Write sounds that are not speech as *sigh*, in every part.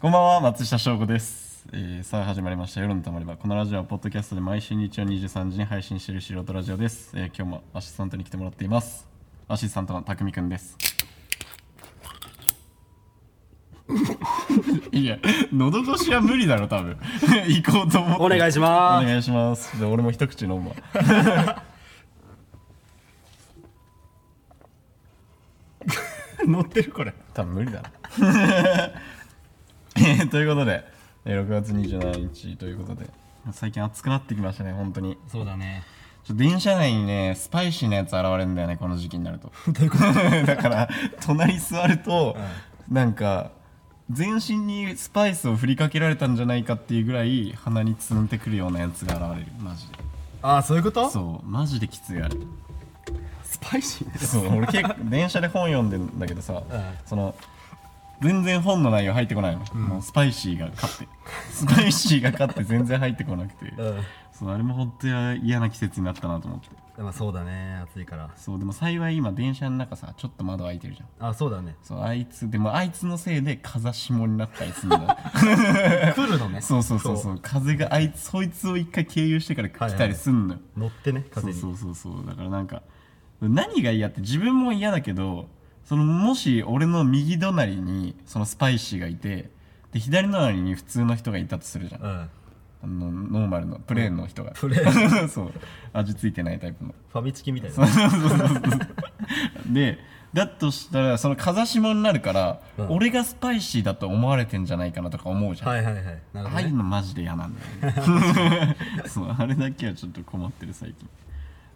こんばんは松下翔吾です、えーさあ始まりました夜のたまり場このラジオはポッドキャストで毎週日曜23時に配信している素人ラジオです、えー今日もアシスタントに来てもらっていますアシスタントのたくみくんですいや喉越しは無理だろ多分 *laughs* 行こうと思ってお願いしまおす願いしますじゃあ俺も一口飲むわ乗ってるこれ多分無理だな *laughs* えーということで、えー6月27日ということで最近暑くなってきましたね本当にそうだねちょ電車内にねスパイシーなやつ現れるんだよねこの時期になると *laughs* だから隣座ると、なんか全身にスパイスを振りかけられたんじゃないかっていうぐらい鼻につんでくるようなやつが現れるマジでああそういうことそうマジできついあれスパイシーですそう俺結構電車で本読んでんだけどさ、んその全然本の内容入ってこないの、もうスパイシーが勝 *laughs* ってスパイシーが勝って全然入ってこなくて、うんそうあれも本当に嫌な季節になったなと思ってまあそうだね暑いからそうでも幸い今電車の中さちょっと窓開いてるじゃんあそうだねそうあいつでもあいつのせいで風下になったりするん *laughs* だ来るのねそうそうそうそうう風があいつそいつを一回経由してからはい来たりすんのよ、乗ってね風そうにそうそうそうだからなんか何が嫌って自分も嫌だけどそのもし俺の右隣にそのスパイシーがいてで左隣に普通の人がいたとするじゃん、うんあのノーマルのプレーンの人が、プレ *laughs* ーそう味付いてないタイプのファミチキみたいそなうそうそうそう *laughs* でだとしたらその風下になるから、うん俺がスパイシーだと思われてんじゃないかなとか思うじゃん、はいはいはいなるあほあどいうねのマジで嫌なんだよ *laughs* ねそうあれだけはちょっと困ってる最近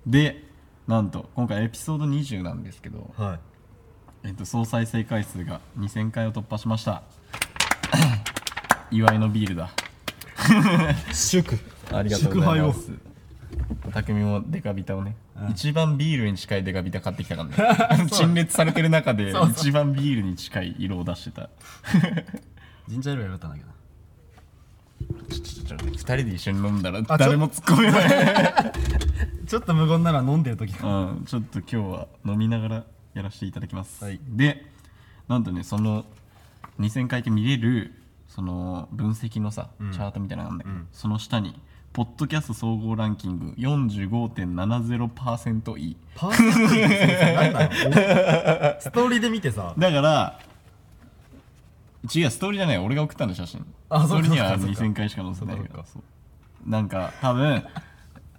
でなんと今回エピソード20なんですけど、はえいっと、総再生回数が2000回を突破しました *coughs* 祝いのビールだ祝ありがとうございます。匠もデカビタをね、一番ビールに近いデカビタ買ってきたから *laughs* ね陳列されてる中で一番ビールに近い色を出してたジンジャーエールやったんだけど2人で一緒に飲んだらょ誰も突っ込め *laughs* ない、ちょっと無言なら飲んでる時かうん、ちょっと今日は飲みながらやらせていただきます、はいでなんとねその2000回って見れるその分析のさ、チャートみたいなのあるんだけど、その下にポッドキャスト総合ランキング45.70%いいパーソナリティの先生何なの *laughs* ストーリーで見てさだから違うストーリーじゃない俺が送ったんだ写真あスそトうーかリーにはそうかそうか2000回しか載せないそうかからそうなんか多分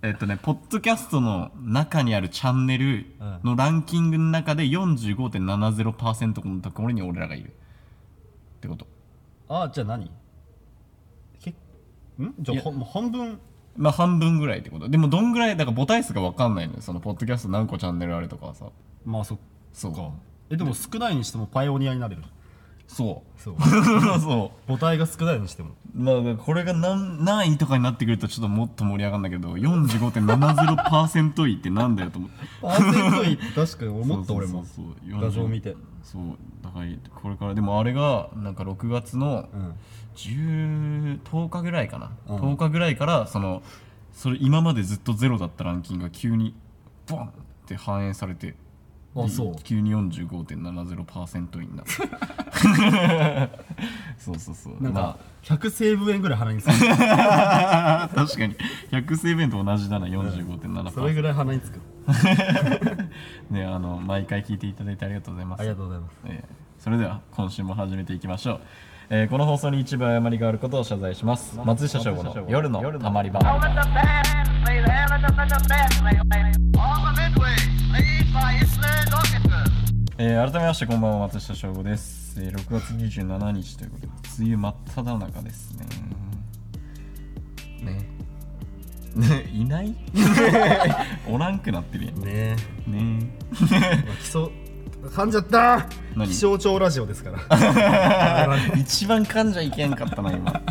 えっとねポッドキャストの中にあるチャンネルのランキングの中で45.70%のところに俺らがいるってことあじゃあ何けんじゃいあやほもう半分まあ半分ぐらいってことでもどんぐらいだから母体数が分かんないのよそのポッドキャスト何個チャンネルあるとかはさまあそっそうかえでも少ないにしてもパイオニアになれるそうそうそう *laughs* 母体が少ないにしてもまあ、だからこれが何何位とかになってくるとちょっともっと盛り上がるんだけど45.70%位ってなんだよと思ってパーセントいいって確かに思ったそう俺もそうそう画像を見てそうだからこれからでもあれがなんか6月のうん10 10日ぐらいかな、う10ん日ぐらいからそのそれ今までずっとゼロだったランキングが急にボンって反映されてあそう急に45.70%位になった *laughs* そうそうそうなんまあか100セーブ円ぐらい鼻につ *laughs* く *laughs* 確かに100セイベンと同じだな45.7%、それぐらい鼻につくねあの毎回聞いていただいてありがとうございますありがとうございますえーそれでは今週も始めていきましょう、えーこの放送に一部誤りがあることを謝罪します松下翔吾の夜のたまり場 Over the bad, play the hell of the bad, play, play. All the midway, played by Island Orchestra. えー改めましてこんばんは松下翔吾です、えー6月27日ということで梅雨真っ只中ですねねいない *laughs* おらんくなってるやんねねねえ基礎噛んじゃった何気象庁ラジオです *laughs* から *laughs* 一番噛んじゃいけんかったな今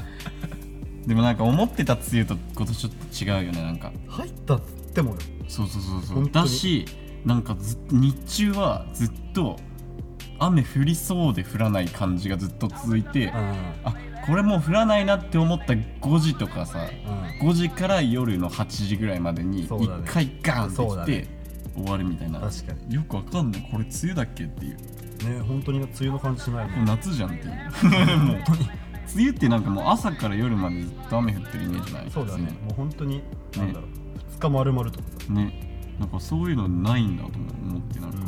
でもなんか思ってた梅雨と今年ちょっと違うよねなんか入ったっつってもよそうそうそうそ本う当にだしなんかず日中はずっと雨降りそうで降らない感じがずっと続いて、うんあこれもう降らないなって思った5時とかさ、う5時から夜の8時ぐらいまでにそうだね1回ガーそうンっだてきてね終わるみたいな、確かによくわかんないこれ梅雨だっけっていうねえ本当に梅雨の感じしないもん *laughs* もう夏じゃんっていう本当に梅雨ってなんかもう朝から夜までずっと雨降ってるイメージないそうだねもう本当になんだろう2日丸々とか常にねなんかそういうのないんだと思ってなんか、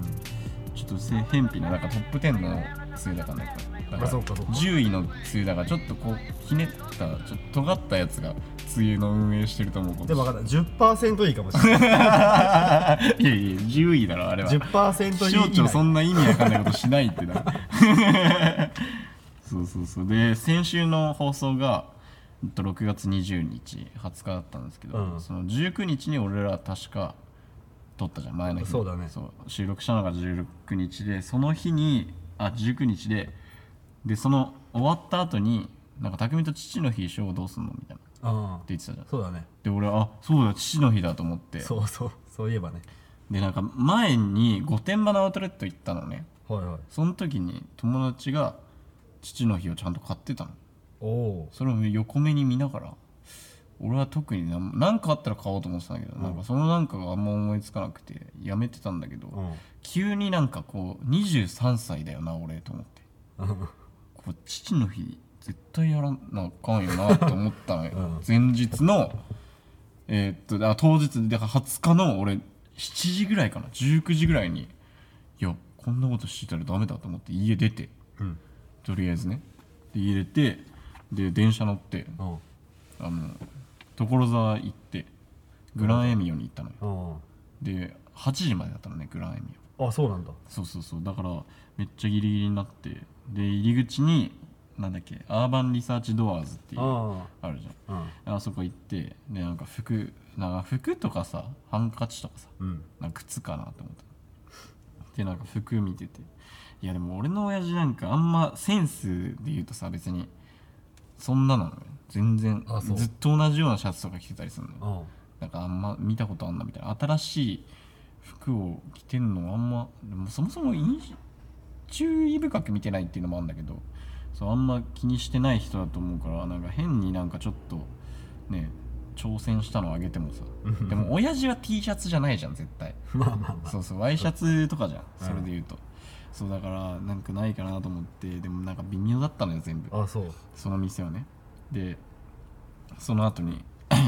ちょっとせ偏僻ななんかトップ10の梅雨だかなんかだからあそうかそうか10位の梅雨だからちょっとこうひねったちょっと尖ったやつが梅雨の運営してると思うでもか分かった10%いいかもしれな *laughs* いいやいや10位だろあれは10%気い象い以庁そ内んな意味わかんないことしないってな *laughs* そうそうそうで先週の放送がうんと6月20日20日だったんですけど、うんその19日に俺ら確か撮ったじゃん前の日そうだねう収録したのが16日でその日にあ19日ででその終わった後になんか匠と父の日正午どうすんのみたいなってああ言ってたじゃんそうだねで俺あそうだ父の日だと思ってそうそうそういえばねでなんか前に御殿場のアウトレット行ったのねはいはいその時に友達が父の日をちゃんと買ってたのおおそれを横目に見ながら俺は特に何なんかあったら買おうと思ってたんだけど、なんかそのなんかがあんま思いつかなくてやめてたんだけど、うん急になんかこう23歳だよな俺と思ってこう父の日絶対やらなあかんよなと思ったのよ、うん前日のえーっとあ当日だから20日の俺7時ぐらいかな19時ぐらいにいやこんなことしてたらダメだと思って家出てうんとりあえずねで家出てで電車乗ってうんあの所沢行ってグランエミオに行ったのようで8時までだったのねグランエミオんあそうなんだそうそうそうだからめっちゃギリギリになってで入り口になんだっけアーバンリサーチドアーズっていうああるじあうゃんんあそこ行ってでなんか服なんか服とかさハンカチとかさうんなんか靴かなと思ったでなんか服見てていやでも俺の親父なんかあんまセンスで言うとさ別にそんななのよ全然あそうずっと同じようなシャツとか着てたりするのようんなんかあんま見たことあんなみたいな新しい服を着てんのあんまでもそもそも印注意深く見てないっていうのもあるんだけどそうあんま気にしてない人だと思うからなんか変になんかちょっとね挑戦したのあげてもさうんでも親父は T シャツじゃないじゃん絶対まあまあまあそうそうワイシャツとかじゃんうんそれで言うとそうだからなんかないかなと思ってでもなんか微妙だったのよ全部あそうその店はねでその後に *coughs* えっ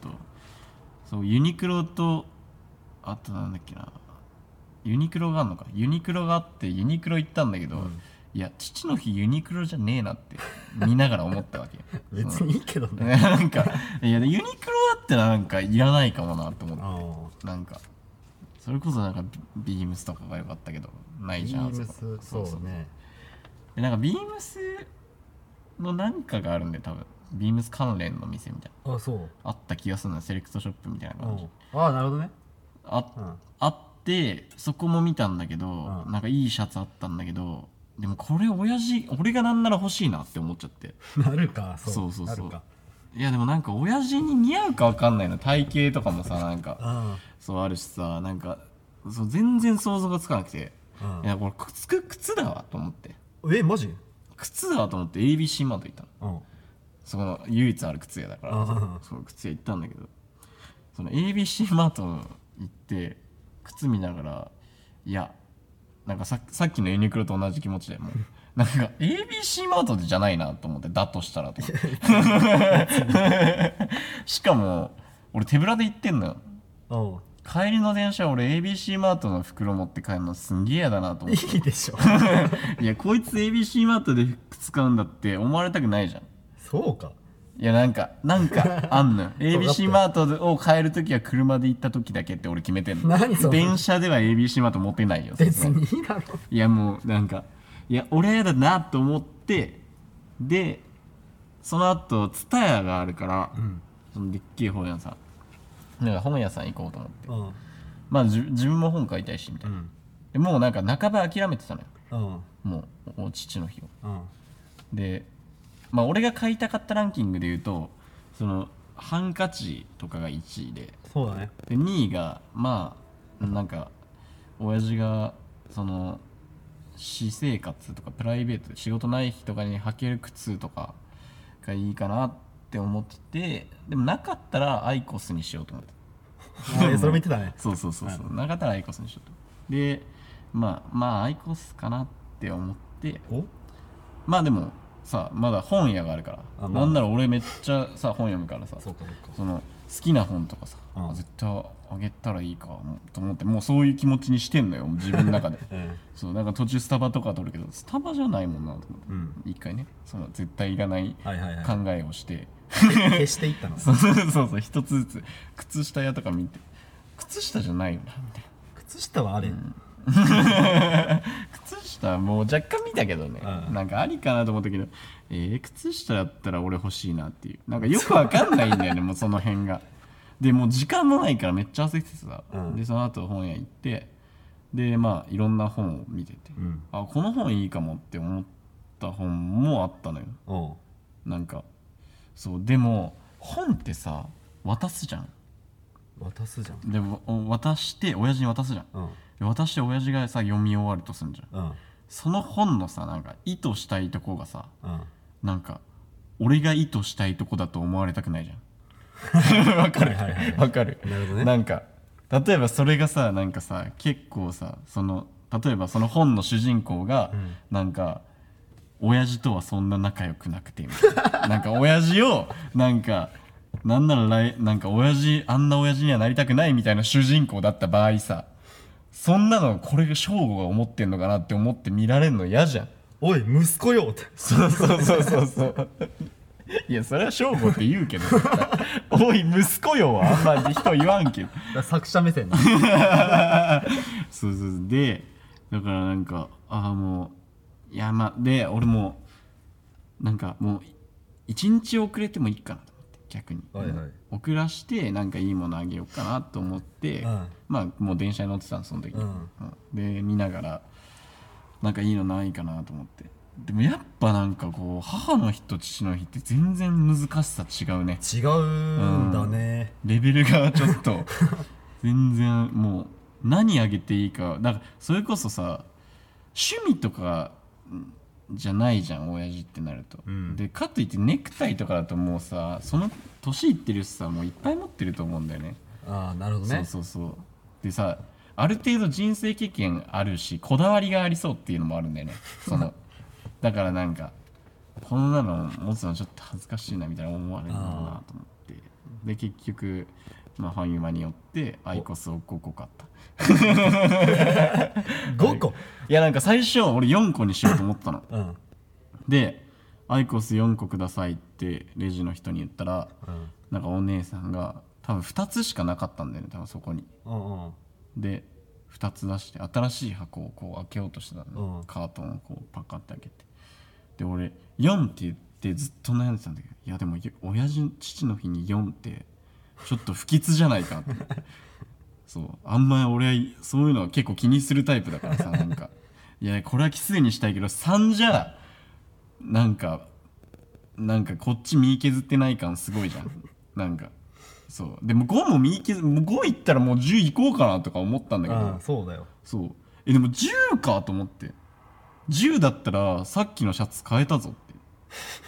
とそうユニクロとあとなんだっけなユニクロがあんのかユニクロがあってユニクロ行ったんだけど、うんいや父の日ユニクロじゃねえなって見ながら思ったわけ *laughs* 別にいいけどそのねね *laughs* なんかいやでユニクロだったらなんかいらないかもなと思ってあなんかそれこそなんかビビームスとかが良かったけどなあいビじゃんームあこスそうねでなんかビームスの何かがあるんで多分ビームス関連の店みたいあそうなあった気がするのセレクトショップみたいなう感じんああなるほどねあうんあってそこも見たんだけど、うんなんかいいシャツあったんだけどでもこれ親父俺がなんなら欲しいなって思っちゃってなるかそうそうそうそうなるかいやでもなんか親父に似合うかわかんないの体型とかもさなんかあそうあるしさなんかそう全然想像がつかなくて、あいやこれ靴靴だわと思ってうんえマジ靴だわと思って ABC マート行ったのうんそこの唯一ある靴屋だからああその靴屋行ったんだけどその ABC マート行って靴見ながらいやなんかささっきのユニクロと同じ気持ちでもうなんか ABC マートじゃないなと思ってだとしたらと思ってしかも俺手ぶらで行ってんのようん帰りの電車俺 ABC マートの袋持って帰るのすんげえ嫌だなと思っていい *laughs* でしょいやこいつ ABC マートで靴買うんだって思われたくないじゃんそうかいやなんかなんかあんの *laughs* よ ABC わマートを変える時は車で行った時だけって俺決めてんの何それ電車では ABC マート持てないよ別にいいだろいやもうなんかいや俺やだなと思ってでその後ツタヤがあるから、そのでっけえ本屋さんなんか本屋さん行こうと思ってうんまあじゅ自分も本買いたいしみたういな、んでもうなんか半ば諦めてたのようんもうお父の日をうんでまあ俺が買いたかったランキングで言うとそのハンカチとかが1位でそうだ *laughs* ねで2位がまあなんか親父がその私生活とかプライベートで仕事ない日とかに履ける靴とかがいいかなって思っててでもなかったらアイコスにしようと思ってあえそれ見てたねそうそうそうそうなかったらアイコスにしようとでまあまあアイコスかなって思っておまあでもさまだ本屋があるからあまあなんなら俺めっちゃさ本読むからさそうかそうかその好きな本とかさ、うんあ絶対あげたらいいかもと思ってもうそういう気持ちにしてんのよもう自分の *laughs* 中でうんそうなんか途中スタバとか撮るけどスタバじゃないもんなと思って、うん一回ねその絶対いらない考はいはいはいえをして、消していったのそうそうそうそう一つずつ靴下屋とか見て靴下じゃないよなみたい靴下はあれ、な靴下もう若干見たけどね、うんなんかありかなと思ったけどえー、靴下だったら俺欲しいなっていうなんかよくわかんないんだよ *laughs* ねもうその辺がでもう時間もないからめっちゃ焦っててさ、うんでその後本屋行ってでまあいろんな本を見てて、うんあこの本いいかもって思った本もあったのよおうなんかそうでも本ってさ渡すじゃん渡すじゃんでも渡して親父に渡すじゃんうんで渡して親父がさ読み終わるとすんじゃんうんその本のさなんか意図したいとこがさうんなんか俺が意図したいとこだと思われたくないじゃんわかるはいはいはいわかるなるほどねなんか例えばそれがさなんかさ結構さその例えばその本の主人公が、うんなんか親父とはそんな仲良くなくてみたいな *laughs* なんか親父をなんかなんなら来なんか親父あんな親父にはなりたくないみたいな主人公だった場合さそんなのこれが翔吾が思ってんのかなって思って見られるの嫌じゃんおい息子よってそうそうそうそうそう。いや、それは勝負って言うけど。おい、息子よはあんまり人言わんけど。作者目線なそうそうそうで、だからなんか、ああ、もう、いや、まあ、で、俺も、なんかもう、一日遅れてもいいかなと思って、逆に。はいはい遅らして、なんかいいものあげようかなと思って、うんまあ、もう電車に乗ってたの、その時、うんうんで、見ながら、なんかいいのないかなと思ってでもやっぱなんかこう母の日と父の日って全然難しさ違うね違うんだね、レベルがちょっ *laughs* と全然もう何あげていいかなんかそれこそさ趣味とかんじゃないじゃん親父ってなると、うんでかといってネクタイとかだともうさその年いってるしさもういっぱい持ってると思うんだよねああなるほどねそうそうそうでさある程度人生経験あるしこだわりがありそうっていうのもあるんだよねその *laughs* だからなんかこんなの持つのちょっと恥ずかしいなみたいな思われるのかなと思ってで結局まあファミマによってアイコスを5個買った5個いやなんか最初俺4個にしようと思ったのうんでアイコス4個くださいってレジの人に言ったらうんなんかお姉さんが多分2つしかなかったんだよね多分そこにうんうんで2つ出して新しい箱をこう開けようとしてたの、うんカートンをこうパカって開けてで俺4って言ってずっと悩んでたんだけどいやでもよ親父父の日に4ってちょっと不吉じゃない *laughs* かってそうあんまり俺はそういうのは結構気にするタイプだからさなんかいやこれは奇数にしたいけど3じゃなんかなんかこっち身削ってない感すごいじゃん *laughs* なんかそうでも5も身削もう5いったらもう10いこうかなとか思ったんだけど、うんそうだよそうえでも10かと思って10だったらさっきのシャツ変えたぞって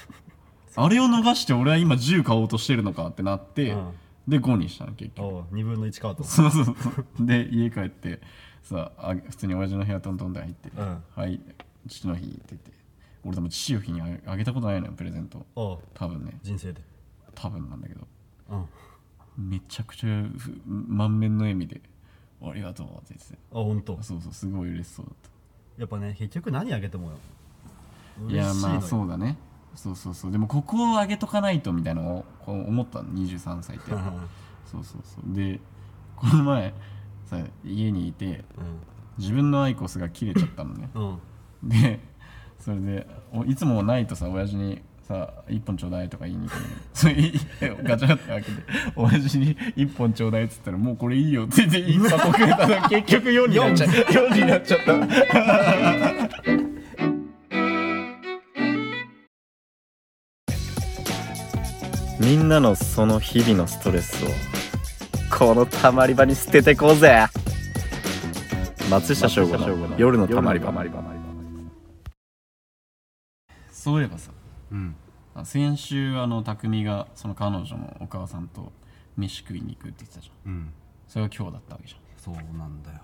*laughs* あれを逃して俺は今10買おうとしてるのかってなって、うんで5にしたの結局おう2分の1カートそうそうそうで家帰ってさあ普通に親父の部屋トントンで入って「うんはい父の日」って言って俺多分父の日にあげあげたことないのよプレゼントおう多分ね人生で多分なんだけどうんめちゃくちゃふ満面の笑みで「ありがとう」って言ってあ本当そうそうすごい嬉しそうだったやっぱね結局何あげてもよい嬉しやいのまよあそうだねそうそうそうでもここを上げとかないとみたいなのをこう思ったの23歳ってうん *laughs* うんそうそうそうでこの前さ家にいて自分のアイコスが切れちゃったの *laughs* ねうんうんでそれでおいつもないとさ親父にさ「一本ちょうだい」とか言いに行く *laughs* んだけどそれいガチャって開けて親父に「一本ちょうだい」っつったら「もうこれいいよ」って言って一箱くれたの *laughs* 結局4になっちゃった4になっちゃった *laughs* みんなのその日々のストレスをこのたまり場に捨ててこうぜ松下翔吾の夜のたまり場そういえばさうんあ先週あの匠がその彼女のお母さんと飯食いに行くって言ってたじゃんうんそれが今日だったわけじゃそうなんだよ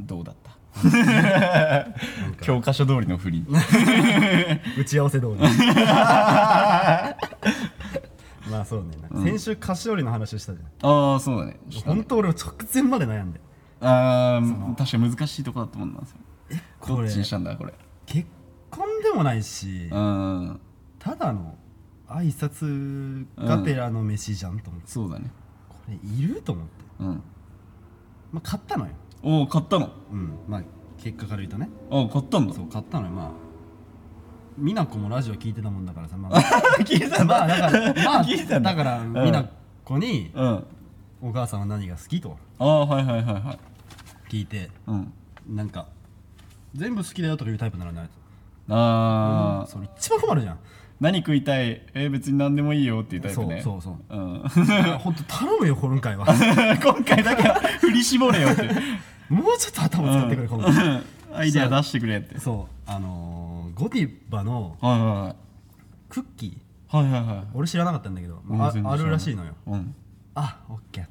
んどうだった *laughs* 教科書通りの振 *laughs* り打ち合わせ通り *laughs* まあそうね、先週菓子折りの話をしたじゃんああそうだね本当俺直前まで悩んでああ確かに難しいとこだと思うんですよこどれっちにし結たんだこれ婚でもないしうんただの挨拶がてらの飯じゃんと思って、そうだねこれいると思ってうんまあ買ったのよおお買ったのうんまあ結果から言うとねああ買ったんだそう買ったのよまあ美奈子もラジオ聞いてたもんだからさまあ *laughs* 聞いたまあだからま *laughs* あ聞いたんだだからん美奈子にうんあ「お母さんは何が好き?」とあはいはいはいはい聞いてうんなんか全部好きだよとかいうタイプならないああそれ一番困るじゃん何食いたいえー別に何でもいいよっていうタイプねそうそううん *laughs* 本当頼むよ今回は今回だけは振り絞れよってもうちょっと頭使ってくれ今回うんアイデア出してくれってそうあのーゴディバのはいはクッキーいはいはいはいはい俺知らなかったんだけどうんあ全然知なあるらしいのようんあオッケー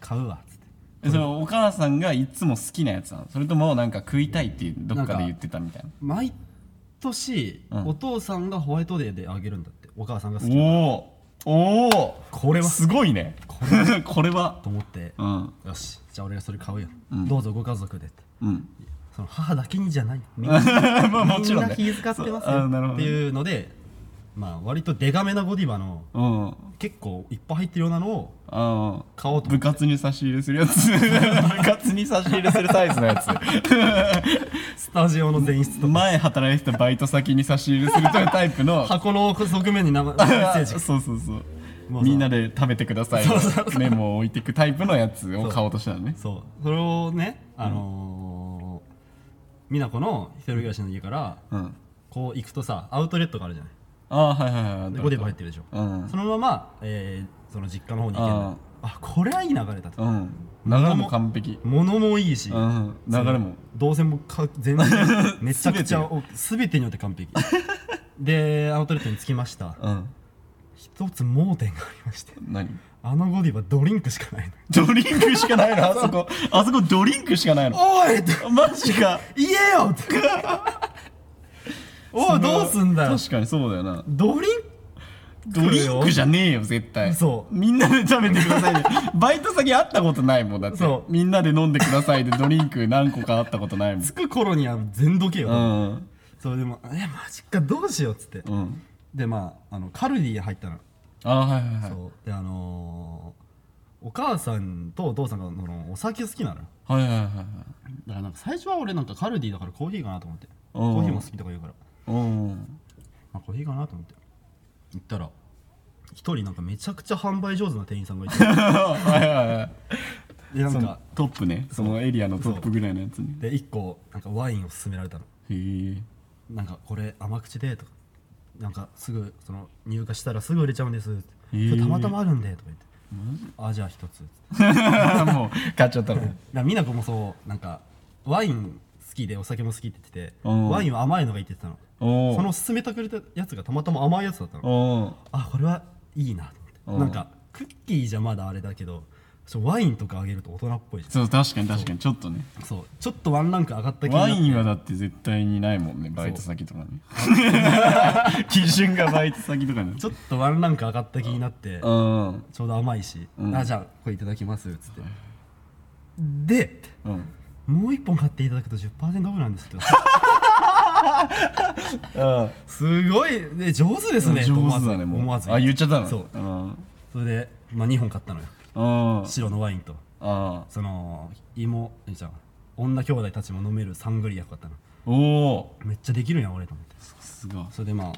買うわつってえそれお母さんがいつも好きなやつなのそれともなんか食いたいっていうどっかで言ってたみたいな毎年、うんお父さんがホワイトデーであげるんだってお母さんが好きなおおおおこれはすごいねこ *laughs* これはと思って、うんよしじゃあ俺がそれ買うよ、んどうぞご家族でってうんその母だけにじゃないみんな *laughs* まあもちろんねみんな気遣ってますそうあなるほよどっていうのでまあ割とデカめなゴディバのうんあ結構いっぱい入ってるようなのをあ買おうと思部って活に差し入れするやつ部活に差し入れするサイズのやスタジオの前室つと前働いてたバイト先に差し入れするというタイプの箱の側面 *laughs* に生メッセージそうそうそうもうさみんなで食べてくださいそうそうメモを置いていくタイプのやつを買おうとしたのねそうそれをねあのー美奈子の一人暮らしの家からうんこう行くとさアウトレットがあるじゃないああはいはいはいでゴディバ入ってるでしょ、うんそのまま、えーその実家の方に行けるのあこれはいい流れだと、うん流れも完璧物もいいし、うん流れも動線もか全 *laughs* 然めちゃくちゃお全てによって完璧でアウトレットに着きましたうん一つ盲点がありまして何あのゴディバドリンクしかないのドリンクしかないのあそこあそこドリンクしかないのおいってマジか言えよっておいどうすんだよ確かにそうだよなドリンクドリンクじゃゃねえよ絶対そうみんなで食べてください *laughs* ねバイト先会ったことないもんだってそうみんなで飲んでくださいでドリンク何個かあったことないもん着く頃には全どけよ、うんそれでも「えマジかどうしよう」っつって、うんでまああのカルディ入ったの、あはいはいはいそうであのーお母さんとお父さんがそのお酒好きなのよはいはいはいはいだからなんか最初は俺なんかカルディだからコーヒーかなと思ってうんコーヒーも好きとか言うから、うんまあ、コーヒーかなと思って行ったら一人なんかめちゃくちゃ販売上手な店員さんが *laughs* いてはいはいはいでなんそかのトップねそのエリアのトップぐらいのやつねで1個なんかワインを勧められたのへえなんかこれ甘口でとかなんかすぐその入荷したらすぐ売れちゃうんですってへーそれたまたまあるんでとか言ってあじゃあ一つだか *laughs* もう買っちゃったのら美奈子もそうなんかワイン好きでお酒も好きって言っててうんワインは甘いのがいいって言ってたおのおその勧めてくれたやつがたまたま甘いやつだったのおあこれはいいなとうん思ってなんかクッキーじゃまだあれだけどそうワインとかあげると大人っぽいじゃそう確かに確かにちょっとねんそうちょっとワンランク上がった気になワってインはだって絶対にないもんねバイト先とかに *laughs* 基準がバイト先とかにちょっとワンランク上がった気になってうんうんちょうど甘いし、うんあじゃあこれいただきますっつってでうんもう一本買っていただくと10%オフなんです *laughs* ってすごい、ね、上手ですね上と思わ手ずだねもう思わずあ言っちゃったのそううんそれで、まあ、2本買ったのようん白のワインとあその妹じゃん女兄弟たちも飲めるサングリア買ったのおおめっちゃできるんや俺と思ってーすごいそれで、まあ、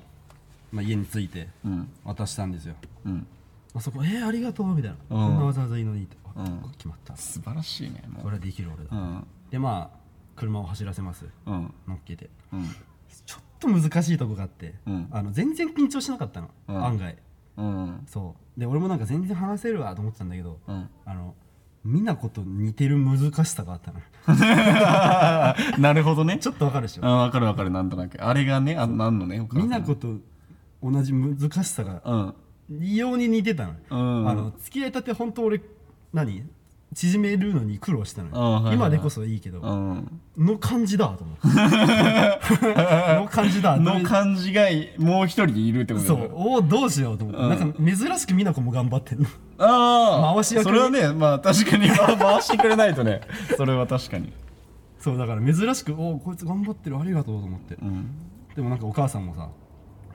まあ家に着いてうん渡したんですようんあそこ「えー、ありがとう」みたいな「こんなわざわざいいのに」って「あうん決まった素晴らしいねもうこれはできる俺うだ」んでまあ車を走らせますうん乗っけてうんちょっと難しいとこがあって、うんあの全然緊張しなかったの、うん案外うんそうで俺もなんか全然話せるわと思ってたんだけど、うんあの美奈子と似てる難しさがあったのなるほどねちょっとわかるでしょあわかるわかるなんとなくあれがねあなんのねお母さ美んの奈子と同じ難しさがうん異様に似てたの,、うんあの付き合いたて本当俺何縮めるのに苦労したのに、あーはいはい今でこそいいけど、うん、の感じだと思って *laughs* の感じだの感じがもう一人でいるってことだそねうおーどうしようと思って、うんなんか珍しく美奈子も頑張ってんのああ回し役それはねまあ確かに *laughs* 回してくれないとねそれは確かにそうだから珍しくおーこいつ頑張ってるありがとうと思って、うんでもなんかお母さんもさ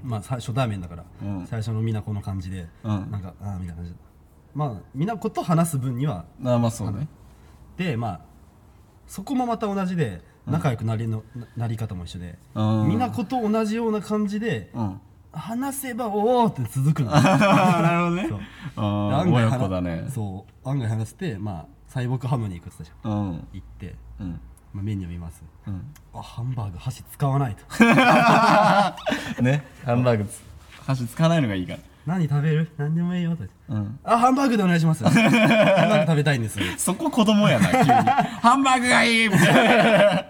まあさ初対面だから、うん最初の美奈子の感じで、うんなんかああみたいな感じだまあ美奈子と話す分にはああまあそうねでまあそこもまた同じで仲良くなりの、ななり方も一緒で、うん美奈子と同じような感じで、うん *laughs* 話せばおおって続くのなるほどねそうああ案外親話子だねそう案外話してまあサイボーグハムに行くって言ったじゃんうん行って、うんまあ、メニュー見ますうんあハンバーグ箸使わないとねハンバーグつ箸つかないのがいいか何食べる何でもいいよってらうんあハンバーグでお願いしま *laughs* すハンバーグ食べたいんですそこ子供や *laughs* な急にハンバーグがいいみたいな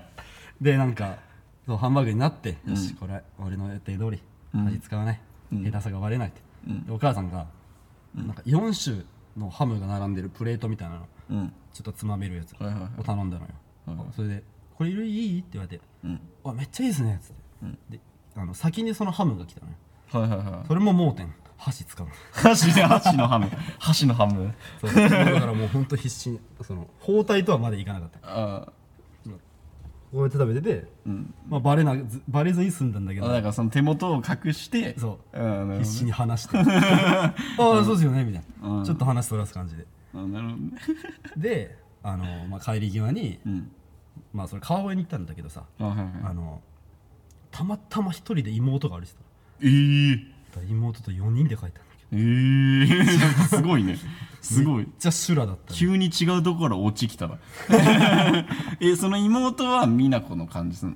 でなんかそうハンバーグになって、んよしこれ俺の予定通りうん味使わない、うん下手さが割れないって、うんでお母さんが、なんか4種のハムが並んでるプレートみたいなのうんちょっとつまめるやつはいはいはいを頼んだのよ、はいはいそれで「これいるいい?」って言われてうん「あめっちゃいいですね」っつって、んであの先にそのハムが来たのよはいはいはいそれも盲点箸使うの箸ね箸のハム箸のハム *laughs* そうだからもうほんと必死にその包帯とはまだいかなかったああこうやって食べてて、うんまあ、バレなずバレずに済んだんだけあどだからその手元を隠してそうんなるほどね必死に話 *laughs* してああそうですよねみたいな、うんちょっと話そらす感じであなるほどねであの、まあ、帰り際に、うんまあそれ川越に行ったんだけどさ、あはいはいあのたまたま一人で妹が歩いてたのえー、だから妹と4人で帰ったんだけえー、なんかすごいねどすごめっいちゃ修羅だったの急に違うところから落ちきたな *laughs* えその妹は美奈子の感じすんの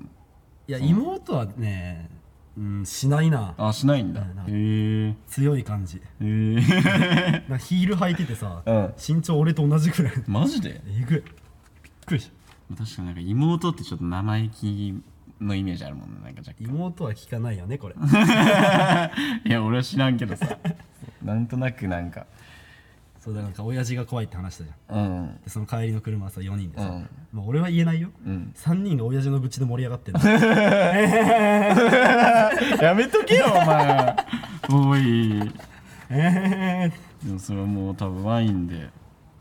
いや妹はね、うん、しないなあしないんだうんなんへかえ強い感じえー、なんかヒール履いててさ、うん身長俺と同じくらいマジでえぐいびっくりした確かになんか妹ってちょっと生意気のイメージあるもんねなんか若干妹は聞かないよねこれいや俺は知らんけどさ *laughs* なんとなくなんかそうだなんか親父が怖いって話したじゃんうんでその帰りの車はさ4人でさ、うんまあ、俺は言えないよ、うん3人が親父の愚痴で盛り上がってん *laughs* のやめとけよお前おいえーでもそれはもう多分ワインで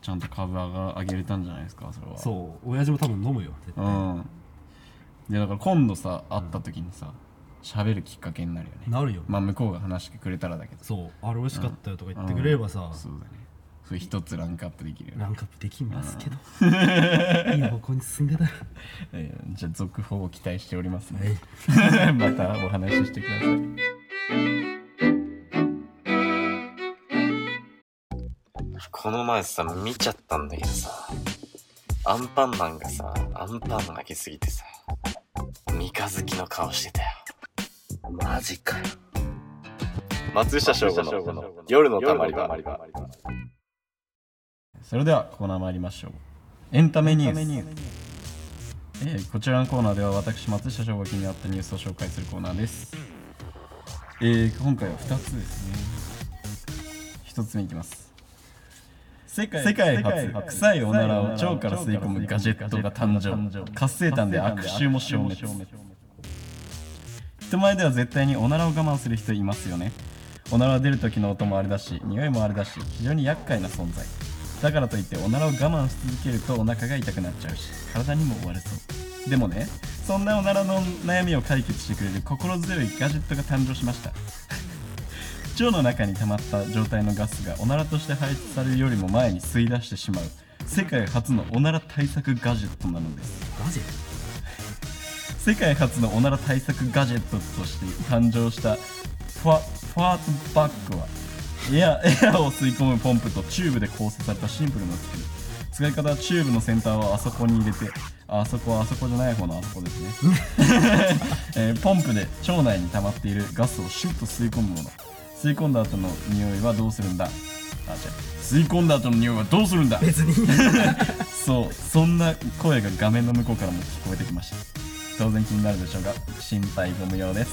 ちゃんと株上が上げれたんじゃないですかそれはそう親父も多分飲むよ絶う対んでだから今度さ会った時にさ喋るきっかけになるよねなるよ、まあ向こうが話してくれたらだけどそうあれ美味しかったよとか言ってくれればさ、そうだねそれ一つランクアップできるよねランクアップできますけど、いい方向に進んでたらえーじゃあ続報を期待しておりますはいね *laughs* またお話ししてくださいこの前さ、見ちゃったんだけどさ、アンパンマンがさ、アンパンマン泣きすぎてさ、三日月の顔してたよ。マジかよ。松下翔吾の夜のたまり場。それではコーナー参りましょうエンタメニュースえーこちらのコーナーでは私松下翔が気になったニュースを紹介するコーナーです、えー今回は2つですね1つ目いきます世界初臭いおならを腸から吸い込むガジェットが誕生活性炭で悪臭も消滅人前では絶対におならを我慢する人いますよねおならが出る時の音もあれだし匂いもあれだし非常に厄介な存在だからといっておならを我慢し続けるとお腹が痛くなっちゃうし体にも追われそうでもねそんなおならの悩みを解決してくれる心強いガジェットが誕生しました *laughs* 腸の中に溜まった状態のガスがおならとして排出されるよりも前に吸い出してしまう世界初のおなら対策ガジェットなのですマジ世界初のおなら対策ガジェットとして誕生したファファートバッグはエアエアを吸い込むポンプとチューブで構成されたシンプルな作り使い方はチューブの先端をあそこに入れてああそこはあそこじゃない方のあそこですね、 *laughs* えーポンプで腸内に溜まっているガスをシュッと吸い込むもの吸い込んだ後の匂いはどうするんだあじゃ吸い込んだ後の匂いはどうするんだ別にそうそんな声が画面の向こうからも聞こえてきました当然気になるでしょうが心配ご無用です、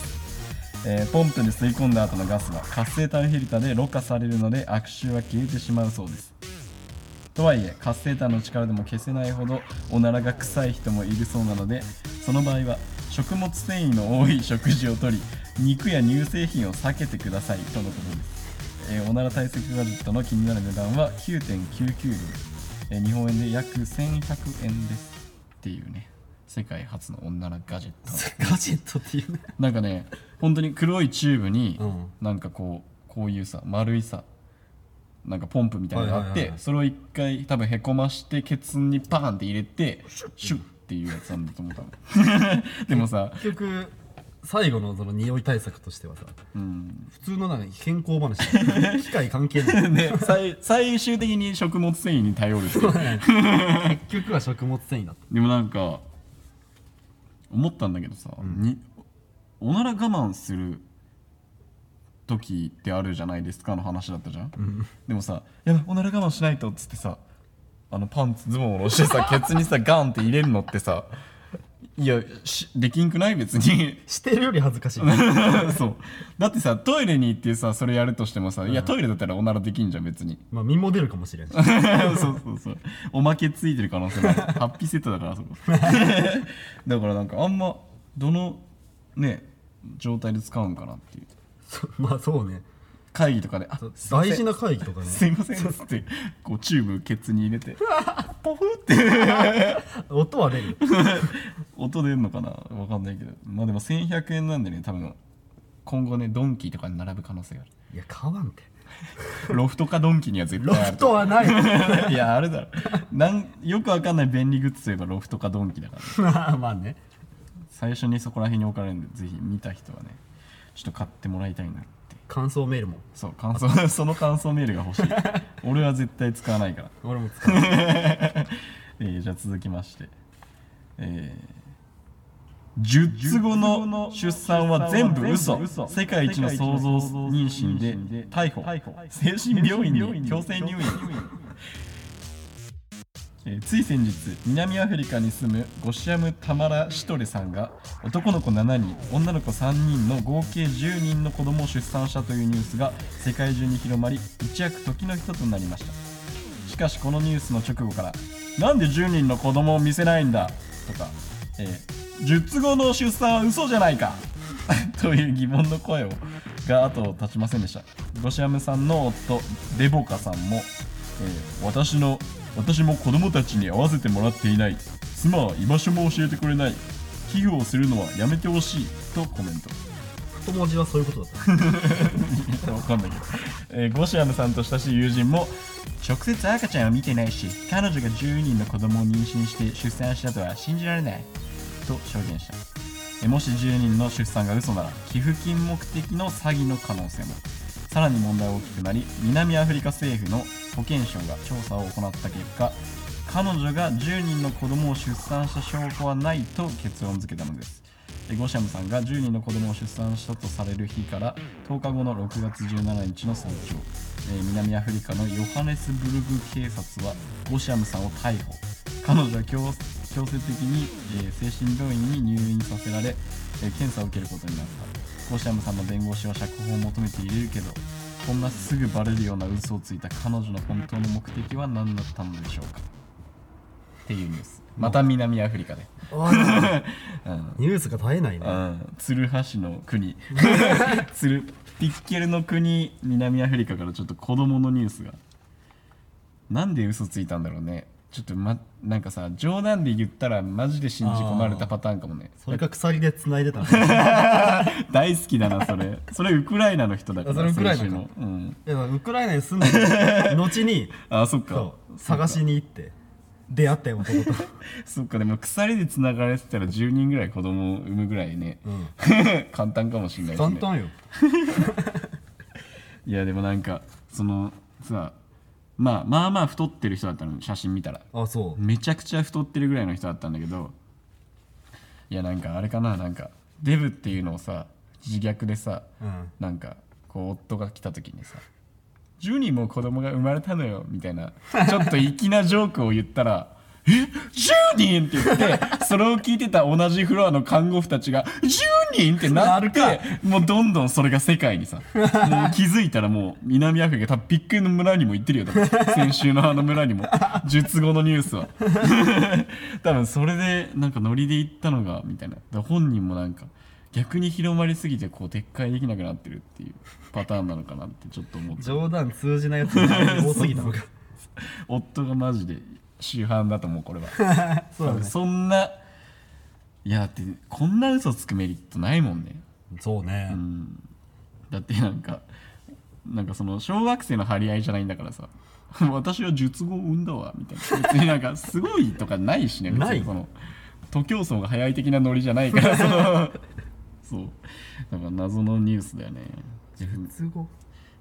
えーポンプで吸い込んだ後のガスは活性炭フィルターでろ過されるので悪臭は消えてしまうそうですとはいえ活性炭の力でも消せないほどおならが臭い人もいるそうなのでその場合は食物繊維の多い食事をとり肉や乳製品を避けてくださいとのことです、えーおなら対策ガジェットの気になる値段は9.99ドル、えー日本円で約1100円ですっていうね世界初のおならガジェットガジェットっていうねなんかね本当に黒いチューブに、うんなんかこうこういうさ丸いさなんかポンプみたいなのがあって、はいはいはいはいそれを一回多分へこましてケツにパーンって入れてシュッっていうやつなんだと思ったの *laughs* でもさ、結局最後のその匂い対策としてはさうん普通のなんか健 *laughs* 康話機械関係ないね、最最終的に食物繊維に頼るっていう結局は食物繊維だっでもなんか思ったんだけどさ、におなら我慢する時ってあるじゃないですかの話だったじゃん、でもさ「やばいおなら我慢しないと」っつってさあのパンツズボンを下ろして *laughs* さケツにさガンって入れるのってさいやしできんくない別に *laughs* たしてるより恥ずかしいそうだってさトイレに行ってさそれやるとしてもさ、いやトイレだったらおならできんじゃん別にまあ身も出るかもしれんし *laughs* そうそうそうおまけついてる可能性もあるハッピーセットだ *laughs* からそこだからなんかあんまどのね状態で使うんかなっていうそ *laughs* まあそうね会議とかで「あそうすいません大事な会議とかねすいません」っつってこうチューブケツに入れ *laughs* てポフって音は出る音出んのかなわかんないけどまあでも1100円なんでね多分今後ねドンキーとかに並ぶ可能性があるいや買わんてロフトかドンキーには絶ロ対あフるトはない *laughs* いやあれだろなんよくわかんない便利グッズといえばロフトかドンキだから *laughs* まあまあね最初にそこら辺に置かれるんでぜひ見た人はねちょっと買ってもらいたいなって感想メールもそう感想 *laughs* その感想メールが欲しい俺は絶対使わないから、俺も使うえーじゃあ続きましてえー10つ後の出産は全部嘘世界一の想像妊娠で逮捕精神病院に強制入院えーつい先日南アフリカに住むゴシアム・タマラ・シトレさんが男の子7人女の子3人の合計10人の子供を出産したというニュースが世界中に広まり一躍時の人となりましたしかしこのニュースの直後から「なんで10人の子供を見せないんだ」とか「えー、術後の出産は嘘じゃないか」 *laughs* という疑問の声をが後を絶ちませんでしたゴシアムさんの夫デボカさんも、えー私の私も子供たちに会わせてもらっていない妻は居場所も教えてくれない寄付をするのはやめてほしいとコメント太文字はそういうことだ *laughs* ったわかんないけど、えーゴシアムさんと親しい友人も直接赤ちゃんを見てないし彼女が10人の子供を妊娠して出産したとは信じられないと証言した、えーもし10人の出産が嘘なら寄付金目的の詐欺の可能性もさらに問題は大きくなり南アフリカ政府の保健省が調査を行った結果彼女が10人の子供を出産した証拠はないと結論付けたのですでゴシャムさんが10人の子供を出産したとされる日から10日後の6月17日の早朝、えー南アフリカのヨハネスブルグ警察はゴシャムさんを逮捕彼女は強強制的に、えー精神病院に入院させられ、えー検査を受けることになったゴシャムさんの弁護士は釈放を求めているけどこんなすぐバレるような嘘をついた彼女の本当の目的は何だったのでしょうかっていうニュースまた南アフリカで、おいうんニュースが絶えないねうん、鶴橋の *laughs* 国鶴ピッケルの国南アフリカからちょっと子供のニュースがなんで嘘ついたんだろうねちょっとまなんかさ冗談で言ったらマジで信じ込まれたパターンかもねそれか鎖で繋 *laughs* いでたのい *laughs* 大好きだなそれそれウクライナの人だからあそれウクライナ先か週の、うん、やウクライナに住んで *laughs* る後にあそっかそう探しに行って出会ったよ *laughs* 男と、そっかでも鎖でつながれてたら10人ぐらい子供を産むぐらいね、うん、 *laughs* 簡単かもしれないし、ね、簡単よいやでもなんかそのさまあまあまあ太ってる人だったの写真見たらあそうめちゃくちゃ太ってるぐらいの人だったんだけどいやなんかあれかななんかデブっていうのをさ自虐でさ、うんなんかこう夫が来た時にさ「10人も子供が生まれたのよ」みたいなちょっと粋なジョークを言ったら「え10人!」って言ってそれを聞いてた同じフロアの看護婦たちが「10人ってななっるてかもうどんどんそれが世界にさもう気づいたらもう南アフリカ多分ビッグの村にも行ってるよ多分先週のあの村にも術後のニュースは多分それでなんかノリで行ったのがみたいなだから本人もなんか逆に広まりすぎてこう撤回できなくなってるっていうパターンなのかなってちょっと思って冗談通じないやつが多すぎたのか夫がマジで主犯だと思うこれはそうだねそんないやだってこんな嘘つくメリットないもんね *laughs* そうね、うんだってなんかなんかその小学生の張り合いじゃないんだからさ *laughs* 私は術後を産んだわみたいな別になんかすごいとかないしね別に *laughs* ないその徒競走が早い的なノリじゃないから *laughs* そのそうだから謎のニュースだよね通語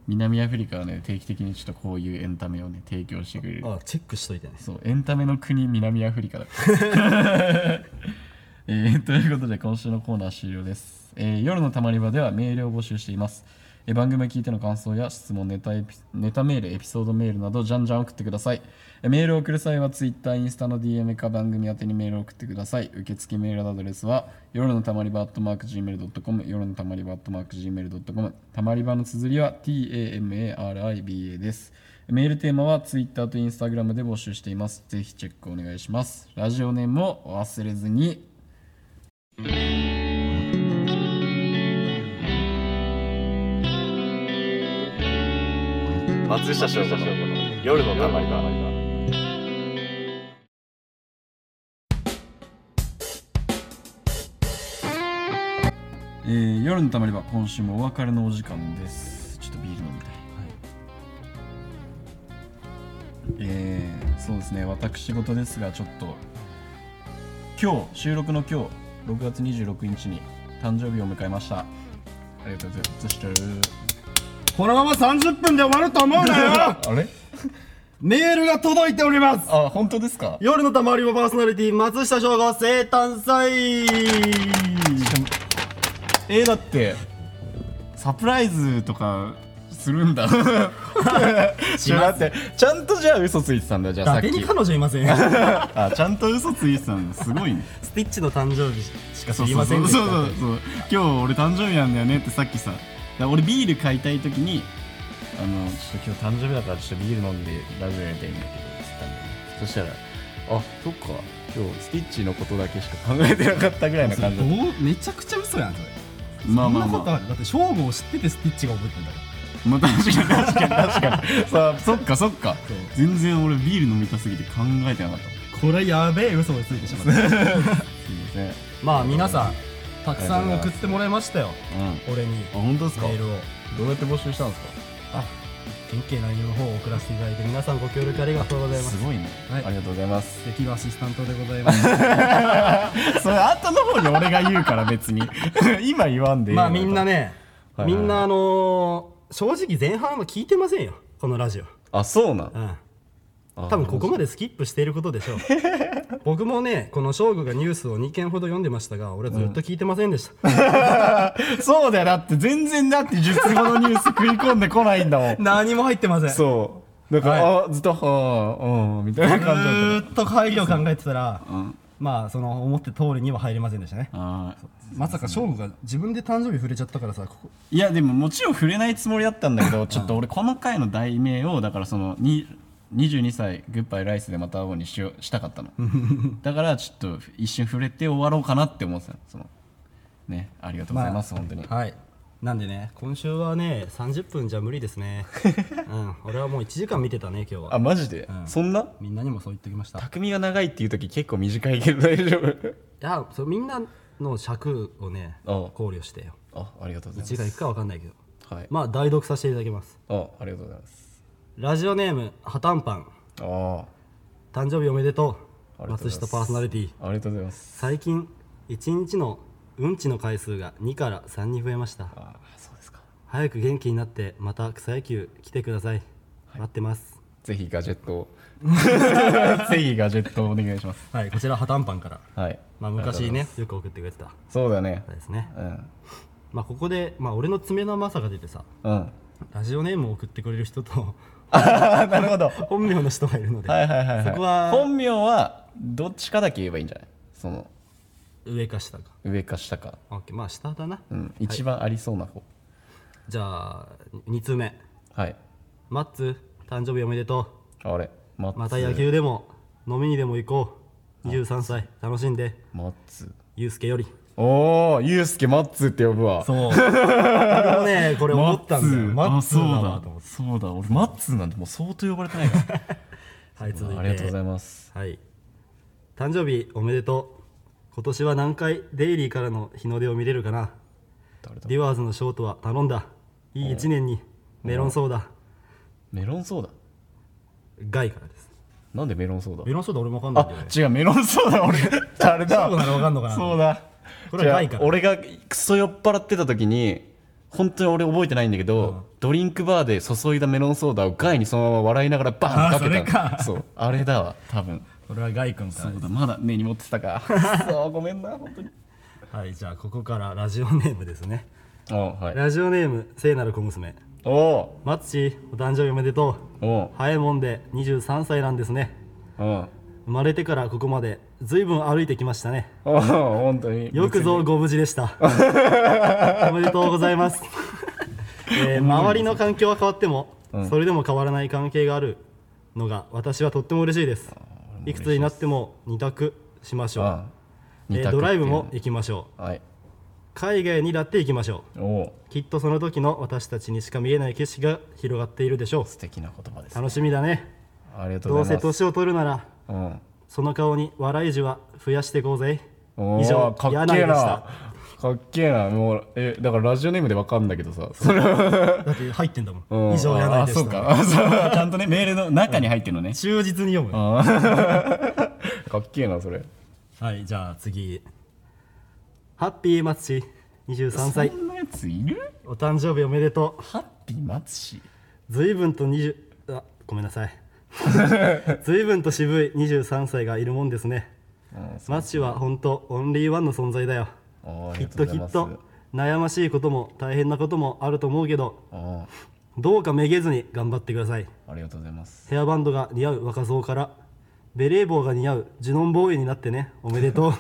南アフリカはね定期的にちょっとこういうエンタメをね提供してくれるあチェックしといてねそうエンタメの国南アフリカだから、えーということで今週のコーナー終了です、えー夜のたまり場ではメールを募集しています、えー番組を聞いての感想や質問ネタエピネタメールエピソードメールなどじゃんじゃん送ってください、えーメールを送る際は Twitter インスタの DM か番組宛てにメールを送ってください受付メールアドレスは夜のたまり場 atmarkgmail.com 夜のたまり場 atmarkgmail.com たまり場の綴りは tamariba ですメールテーマは Twitter と Instagram で募集しています。ぜひチェックお願いします。ラジオネームもお忘れずに。松下翔子の夜のたまり場えー夜のたまり場、今週もお別れのお時間です。ちょっとビール飲みたい。えーそうですね、私事ですが、ちょっと、今日、収録の今日、6月26日に誕生日を迎えました。ありがとうございます。そしてこのまま30分で終わると思うなよ *laughs* あれメールが届いておりますあ、本当ですか夜のたまりもパーソナリティ松下翔吾生誕祭えー、だってサプライズとかする *laughs* んだちょっと待ってちゃんとじゃあ嘘ついてたんだじゃあさっだてにき彼女いませんスあちゃんと嘘ついてたんだすごいねティッチの誕生日しかそ知うりそうそうませんでしそたうそうそう今日俺誕生日なんだよねってさっきさだから俺ビール買いたい時にあのちょっと今日誕生日だからちょっとビール飲んでラジオやりたいんだけどっつったんだよねそしたらあそっか今日スティッチのことだけしか考えてなかったぐらいなそれ感じだっどうめちゃくちゃ嘘やんそれたまあまあそんなまこあとあるだって翔吾を知っててスティッチが覚えてんだかまあ、確かに確かに確かに *laughs* さあそっかそっかそう全然俺ビール飲みたすぎて考えてなかったらこれやべえ嘘をついてしまっすいまたせんうん *laughs* まあ皆さんたくさん送ってもらいましたよあ俺に本当ですかメールをどうやって募集したんですかあ県警内容の方を送らせていただいて皆さんご協力ありがとうございますすごいね、はいありがとうございますできるアシスタントでございます *laughs* それ後の方に俺が言うから別に *laughs* 今言わんでいいまあみんなねね、はいはいみんなあのー正直前半は聞いてませんよこのラジオ、あそうなんうん、あ多分ここまでスキップしていることで *laughs* しょう僕もねこの正吾がニュースを2件ほど読んでましたが俺はずっと聞いてませんでした、 *laughs* そうだよだって全然だって術後のニュース食い込んでこないんだもん何も入ってませんずそうだから、あずっとはあうんみたいな感じだったーっと会議を考えてたら、んまあその思った通りには入れませんでしたねあーまさか正吾が自分で誕生日触れちゃったからさここいやでももちろん触れないつもりだったんだけど *laughs* ちょっと俺この回の題名をだからそのに22歳グッバイライスでまた会おうにしようしたかったの *laughs* だからちょっと一瞬触れて終わろうかなって思ってたのそのねありがとうございます、本当にはいなんでね今週はね30分じゃ無理で *laughs* すね、うん、俺はもう1時間見てたね今日はマジで、うんそんなみんなにもそう言っておきました匠が長いっていう時結構短いけど大丈いやそれみんなの尺をね *laughs* ああ考慮してよ夫あありがとうござい時間いくかわかんないけどますはいまあ代読させていただきますあありがとうございますラジオネームハタンパンあ誕生日おめでとあうりがとうござ松います下パーソナリティあありがとうございます最近1日のうんちの回数が2から3に増えましたあそうですか早く元気になってまた草野球来てください、待ってますぜひガジェット *laughs* をぜひガジェットをお願いしますはいこちらハタンパンからはいまあ昔ねよく送ってくれてたそうだね方ですねうんまあここでまあ俺の爪の甘さが出てさ *laughs* うんラジオネームを送ってくれる人と *laughs* あなるほどは本名の人がいるのでいはいはい、はい、そこは本名はどっちかだけ言えばいいんじゃないその上か下か上か下か、オッケーまあ下だな、うん、一番ありそうな方じゃあ2通目はいマッツ誕生日おめでとあれマッうツまた野球でも飲みにでも行こう23歳楽しんでマッツユうスケよりおおユうスケマッツって呼ぶわそう俺もねこれ思ったんだよママッッツツーーあだそうなだと思ってそうだ俺マッツーなんてもう相当呼ばれて *laughs* ないからはい続いてありがとうございますはい誕生日おめでとう今年は何回デイリーからの日の出を見れるかな誰だディワーズのショートは頼んだいい1年にメロンソーダメロンソーダガイからですなんでメロンソーダメロンソーダ俺も分かんないんだよあね違うメロンソーダ俺あれだそうなの分かんのかなそうだこれは違う害から俺がクソ酔っ払ってた時に本当に俺覚えてないんだけど、ドリンクバーで注いだメロンソーダをガイにそのまま笑いながらバンあーかけたのそれかそうあれだわ多分これはガイ君かそうだまだ根に持ってた *laughs* かそうごめんな本当にらはいじゃあここからラジオネームですねおはいラジオネーム聖なる小娘おおマッチーお誕生日おめでとうおうう早いもんで23歳なんですねうん生まれてからここまでずいぶん歩いてきましたねおお本当によくぞご無事でした *laughs* おめでとうございます、えー周りの環境は変わっても、それでも変わらない関係があるのが私はとっても嬉しいですいくつになっても2択しましょう、えードライブも行きましょうはい海外にだって行きましょおおうきっとその時の私たちにしか見えない景色が広がっているでしょう素敵な言葉です楽しみだねありがとうどごうざいせます年を取るならうんその顔に笑いじは増やしていこうぜおー以上かっけ柳えでなしたかっけえなもうえだからラジオネームでわかんだけどさそれだって入ってんだもん、うん以上柳あでそうしかたあそう *laughs* ちゃんとねメールの中に入ってるのね忠実に読むあーかっけえなそれはいじゃあ次ハッピーマツシ23歳そんなやついるお誕生日おめでとハッピー松氏う随分と20あごめんな *laughs* さい随分と渋い23歳がいるもんですねうんマツシは本当オンリーワンの存在だよおーあきりっがとうとごきざいまっすと悩ましいことも大変なこともあると思うけどあどうかめげずに頑張ってくださいーありがとうございますヘアバンドが似合う若造からベレー帽が似合うジュノンボーイになってねおめで *laughs* とう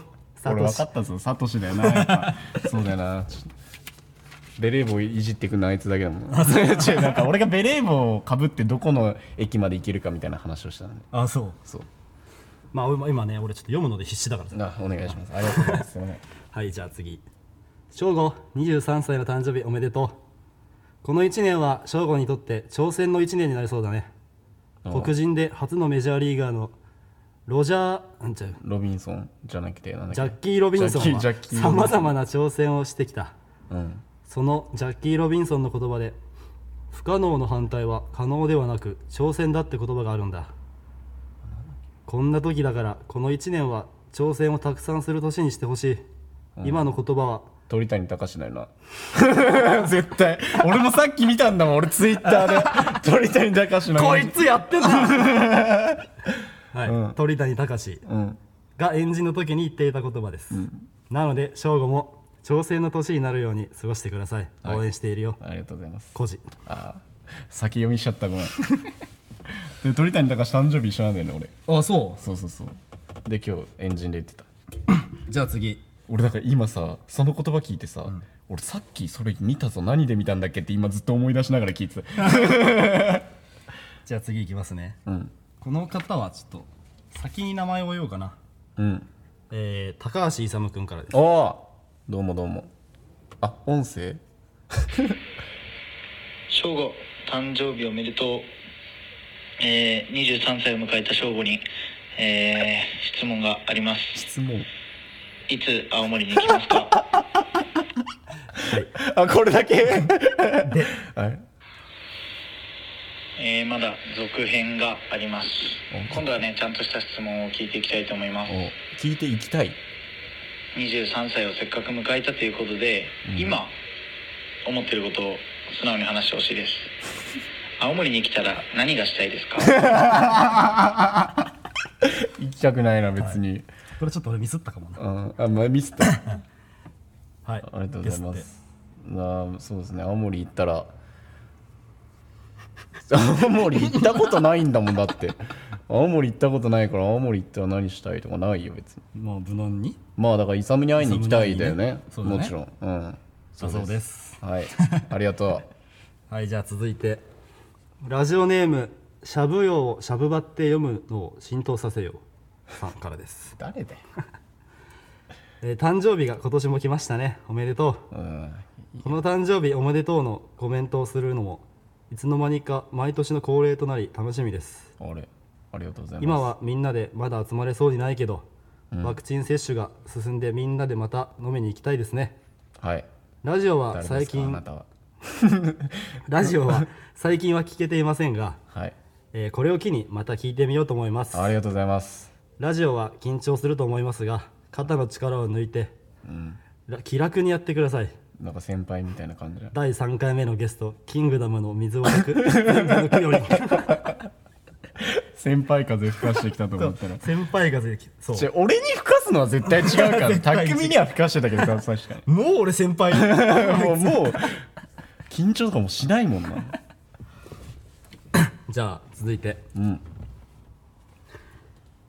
サ俺ト分シかったぞサトシだよなやっぱそうだよなちょっとベレー帽いじってくのあいつだけだもん *laughs* 違うなんか俺がベレー帽をかぶってどこの駅まで行けるかみたいな話をしたのねあそうそうまあ今今ね俺ちょっと読むので必死だからさあお願いしますありがとうございますすいませんはいじゃあ次正吾23歳の誕生日おめでとうこの1年は正吾にとって挑戦の1年になりそうだねあ黒人で初のメジャーリーガーのロジャーんちゃうロビンソンじゃなくてなんだっけジャッキー・ロビンソンはジャッキージャッキーロさビンソンまざまな挑戦をしてきたうんそのジャッキー・ロビンソンの言葉で不可能の反対は可能ではなく挑戦だって言葉があるんだこんな時だからこの1年は挑戦をたくさんする年にしてほしい、今の言葉は鳥谷隆だよな *laughs* 絶対俺もさっき見たんだもん俺ツイッターで鳥谷隆のこいつやってんな *laughs* はい、鳥谷隆うんが演じの時に言っていた言葉です、なので正吾も挑戦の年になるように過ごしてくださいい応援しているよ、ありがとうございますコジあー先読みしちゃったごめん *laughs* で鳥谷隆誕生日一緒なんだよね俺あそそうそうそうで今日エンジンで言ってたうじゃあ次俺だから今さその言葉聞いてさ、俺さっきそれ見たぞ何で見たんだっけって今ずっと思い出しながら聞いてたじゃあ次いきますねうんこの方はちょっと先に名前を言おうかな、うんえー、高橋勇君からですおおどうもどうもあ音声正吾誕生日おめでとう、えー、23歳を迎えた正吾に、えー質問があります質問いつ青森に行きま *laughs* すかあこれだけ *laughs* はいえーまだ続編がありますお今度はねちゃんとした質問を聞いていきたいと思いますお聞いていき *laughs* たい23歳をせっかく迎えたということで、うん今思ってることを素直に話してほ *laughs* しいです青森に来たら何がしたいですか行きたくないな別に、これちょっと俺ミスったかもなうんあまあミスった *coughs* あはいりがとうございまですすあーそうですね青森行ったら青森行ったことないんだもんだってあ青森行ったことないから青森行ったら何したいとかないよ別にまあ無難にまあだからイサムに会いに行きたいだよねイサムにも会いにちろんうんだそうですはいありがとはいじゃあ続いてラジオネームしゃぶよをしゃぶばって読むのを浸透させようさんからですう、*laughs* 誰だよえー誕生日が今年も来ましたねおめでとうんうこの誕生日おめでとうのコメントをするのもいつの間にか毎年の恒例となり楽しみですあれありがとうございます今はみんなでまだ集まれそうにないけど、ワクチン接種が進んでみんなでまた飲みに行きたいですねはいラジオ誰はですか最あ近なたはラジオは最近は聞けていませんが、はいえーこれを機にまた聞いてみようと思いますありがとうございますラジオは緊張すると思いますが肩の力を抜いて、ら気楽にやってくださいなんか先輩みたいな感じだ第3回目のゲストキングダムの水を抜く抜く *laughs* より先輩風吹かしてきたと思った *laughs* ら先輩が出てきそうちょ俺に吹かすのは *laughs* 絶対違うから対違う匠には吹かしてたけど確かにもう俺先輩 *laughs* もうもう緊張とかもしないもんなじゃあ続いてうん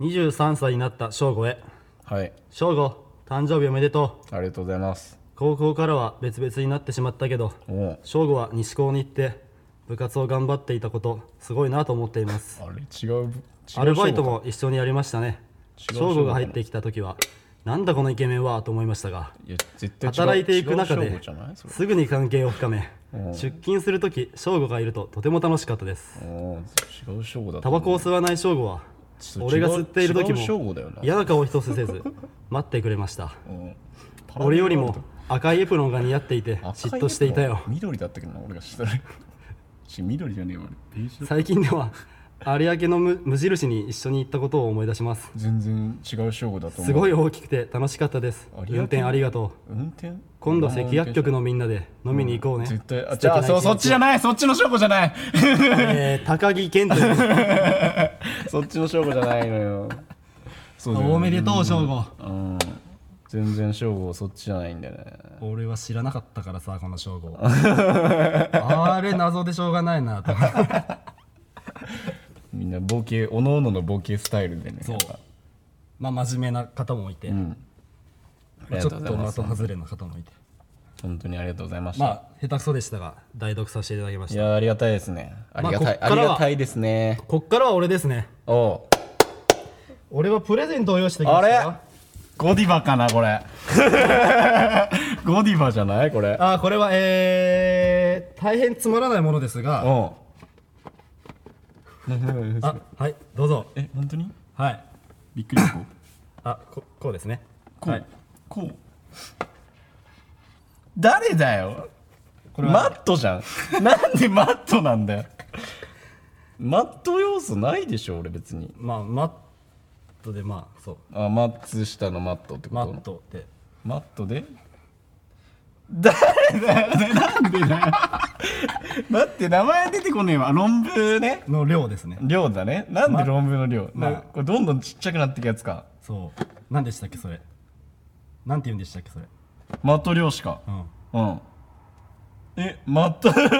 23歳になった省吾へはい省吾誕生日おめでとうありがとうございます高校からは別々になってしまったけどおう省吾は西高に行って部活を頑張っていたことすごいなと思っていますあれ違うぶ違うアルバイトも一緒にやりましたね違う省吾が入ってきた時はなんだこのイケメンはと思いましたがいや絶対違う働いていく中違うで勝負じゃないそれすぐに関係を深めうん出勤する時省吾がいるととても楽しかったですおう違う勝負だとタ思うバコを吸わない省吾はちょっと違俺うが吸っている時違う勝負だよもな嫌な顔一 *laughs* つせず待ってくれましたうん俺よりも赤いエプロンが似合っていて赤い嫉妬していたよ緑だったけどな俺が知ったらし緑じゃねえわあれベージュ最近では有明の無無印に一緒に行ったことを思い出します全然違う勝負だと思うすごい大きくて楽しかったです有明運転ありがとう運転今度赤薬局のみんなで飲みに行こうね、絶対あ素じ敵ゃあな一日そうそっちじゃないそっちの勝負じゃ *laughs* ないえー高 *laughs* 木健というそっちの勝負じゃないのよそうだよねおめでとう省吾うん全然勝負そっちじゃないんだよね俺は知らなかったからさこの省 *laughs* 吾あれ謎でしょうがないなと *laughs* 思ってみんなボケおのおののボケスタイルでねそうやっぱまあ真面目な方もいて、うんありちょがっととうございま的す外れの方もいて本当にありがとうございました、まあ下手くそでしたが代読させていただきまいしたやありがたいですねありがたい、まあこっあかりらはがたいですねこっからは俺ですねおう俺はプレゼントを用意してきまあしたよれゴディバかなこ *laughs* れゴディバじゃないこれあーこれはえー、大変つまらないものですがおうあはいどうぞえ本当にはいびっくり *coughs* こうあここうですねこう、はいこう誰だよマットじゃんなんでマットなんだよマット要素ないでしょ俺別にまあマットでまあそうあ松下のマットってこマとットでマットで誰だよねなんでだよ待って名前出てこねえわ論文ねの量ですね量だねなんで論文の量、まなこれどんどんちっちゃくなっていくやつかそう何でしたっけそれなんて言うんでしたっけそれマット量しかうんうん。え、ま *laughs* た。絶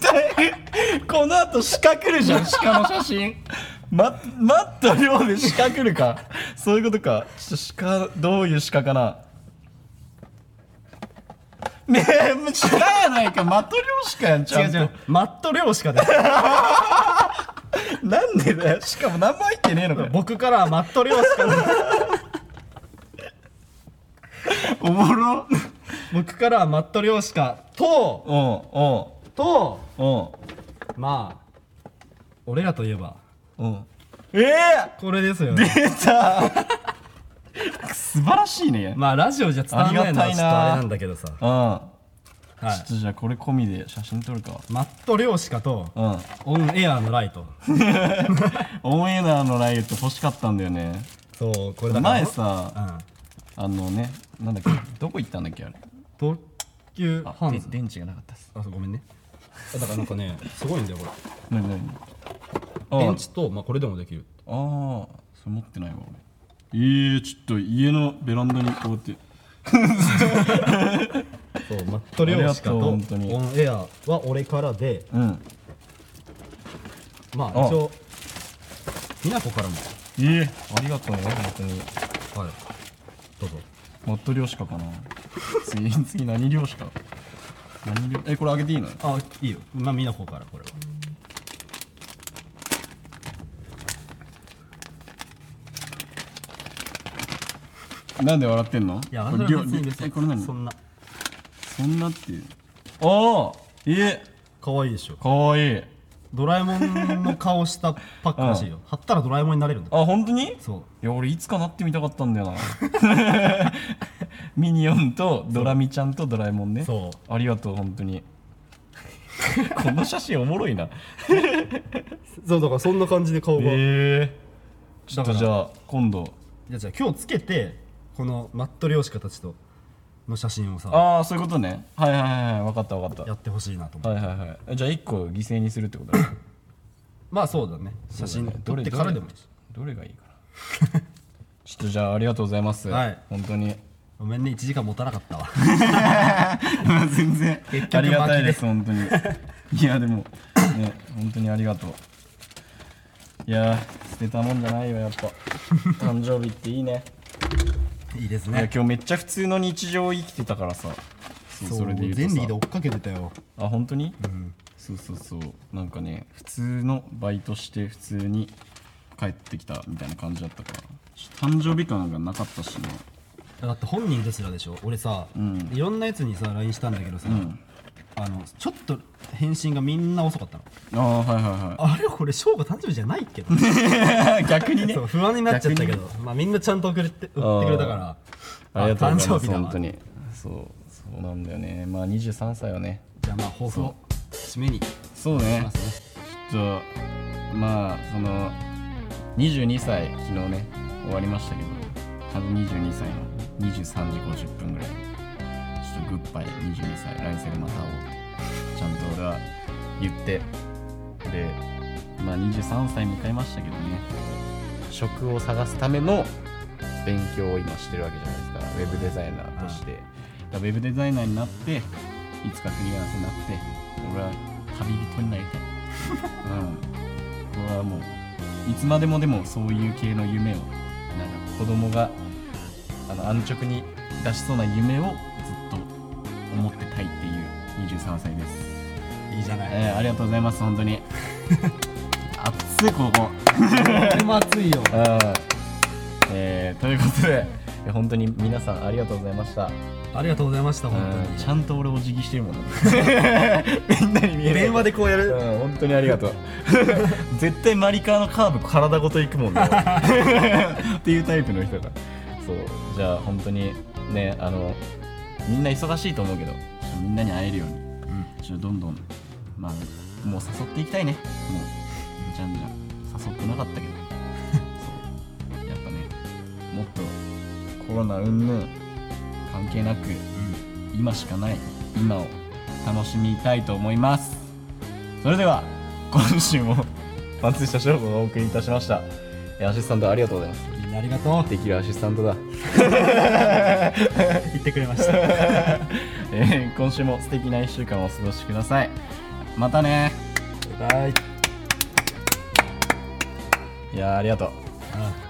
対、この後鹿来るじゃん、鹿の写真。ま、マット量で鹿来るか。そういうことか。ちょっと鹿、どういう鹿かな。ねえ、もう鹿やないか、マット量鹿やん、ちゃんと。マット量しか出ないなんでだよ、しかも何も入ってねえのかよ。 *laughs* 僕からはマット量しか *laughs* 出ないおもろ。僕からはマット量しかとうとん、うん、まあ俺らといえばうん、うん。ええこれですよね出た素晴らしいね、 *laughs* まあラジオじゃ伝わらないのはちょっとありがたいなあれなんだけどさうん、はいちょっとじゃあこれ込みで写真撮るかマット量しかとうんオンエアのライトオンエナーのライト欲しかったんだよねそうこれだから前さうんあのねなんだっけどこ行ったんだっけあれ特急あハンズで電池がなかったっすあそうごめんねあだからなんかねすごいんだよこ何何れあ電池と、まあ、これでもできるあーそれ持ってないわ俺えー、ちょっと家のベランダにこうやってそうマット量しかとありがとうオ本ン当にエアは俺からでうんまああ一応美奈子からもええありがとうね本当にはいどうぞマット漁師かかな次 *laughs* 次何漁師か何漁えこれあげていいのあいいよまあ美奈子からこれはなんで笑ってんのいやこ私れは漁別に別えにこれ何そんなそんなっていうああえ可愛いでしょかわいいドラえもんの顔したパックら *laughs* しいよ、貼ったらドラえもんになれるんだあ本当にそういや俺いつかなってみたかったんだよな *laughs* ミニオンとドラミちゃんとドラえもんねそうありがとう本当 *laughs* にこの写真おもろいなそうだからそんな感じで顔が、えー、ちょっとだからじゃあ今度じゃあじゃあ今日つけてこのマット漁師家たちとの写真をさああそういうことねはいはいはいはい分かった分かっやってほしいなと思たう、はいはいはいえじゃあ1個犠牲にするってこと *laughs* だまあそうだね写真撮どっれてからでもいいしどれがいいかなちょっとじゃあありがとうございます、はい本当にごめんね1時間持たなか *laughs* ったわ全然結局ありがたいで巻きです本当にいやでもね本当にありがとういやー捨てたもんじゃないよやっ *laughs* ぱ誕生日っていいねいいですいやね今日めっちゃ普通の日常を生きてたからさそうそうそれで言うとさ前リーで追っかけてたよあ本当に、そうそうそうなんかね普通のバイトして普通に帰ってきたみたいな感じだったからちょ誕生日感がなかったしねだって本人ですらでしょ俺さ、んいろんなやつにさ LINE したんだけどさ、んあのちょっと返信がみんな遅かったのああはいはあれこれ翔が誕生日じゃないっけ *laughs* どいはい逆にねそう不安になっちゃったけど、まあ、みんなちゃんと送れて送ってくれたからありがとうござい誕ます生日だわ本当にそうそうなんだよねまあ23歳はねじゃあまあ放送締めにしそうねますねちょっとまあその22歳昨日ね終わりましたけど多分22歳の23時50分ぐらいちょっとグッバイ22歳来世でまた会おうってちゃんと俺は言ってでまあ23歳迎えましたけどね職を探すための勉強を今してるわけじゃないですかウェブデザイナーとして、だからウェブデザイナーになっていつかフリーランスになって俺は旅人になりたいうん、これはもういつまでもでもそういう系の夢をなんか子供があの安直に出しそうな夢をずっと思ってたいっていう23歳です、いいじゃないえーありがとうございます本当に *laughs* 熱いこことても熱いようんえーということでいや本当に皆さんありがとうございましたありがとうございました本当うんにちゃんと俺お辞儀してるもんな *laughs* みんなに見えない電話でこうやるうん、本当にありがと *laughs* う絶対マリカーのカーブ体ごといくもんね *laughs* っていうタイプの人がそうじゃあ本当にねあのみんな忙しいと思うけどちょっとみんなに会えるように、ちょっとどんどんまあもう誘っていきたいねもうじゃんじゃん誘ってなかったけど *laughs* そうやっぱねもっとコロナうんぬん関係なく、今しかない今を楽しみたいと思いますそれでは今週も松下翔吾がお送りいたしましたえアシスタントありがとうございますみんなありがとうできるアシスタントだ、言ってくれま *laughs* した *laughs* えー今週も素敵な1週間をお過ごしくださいまたねバイいやーありがとうあ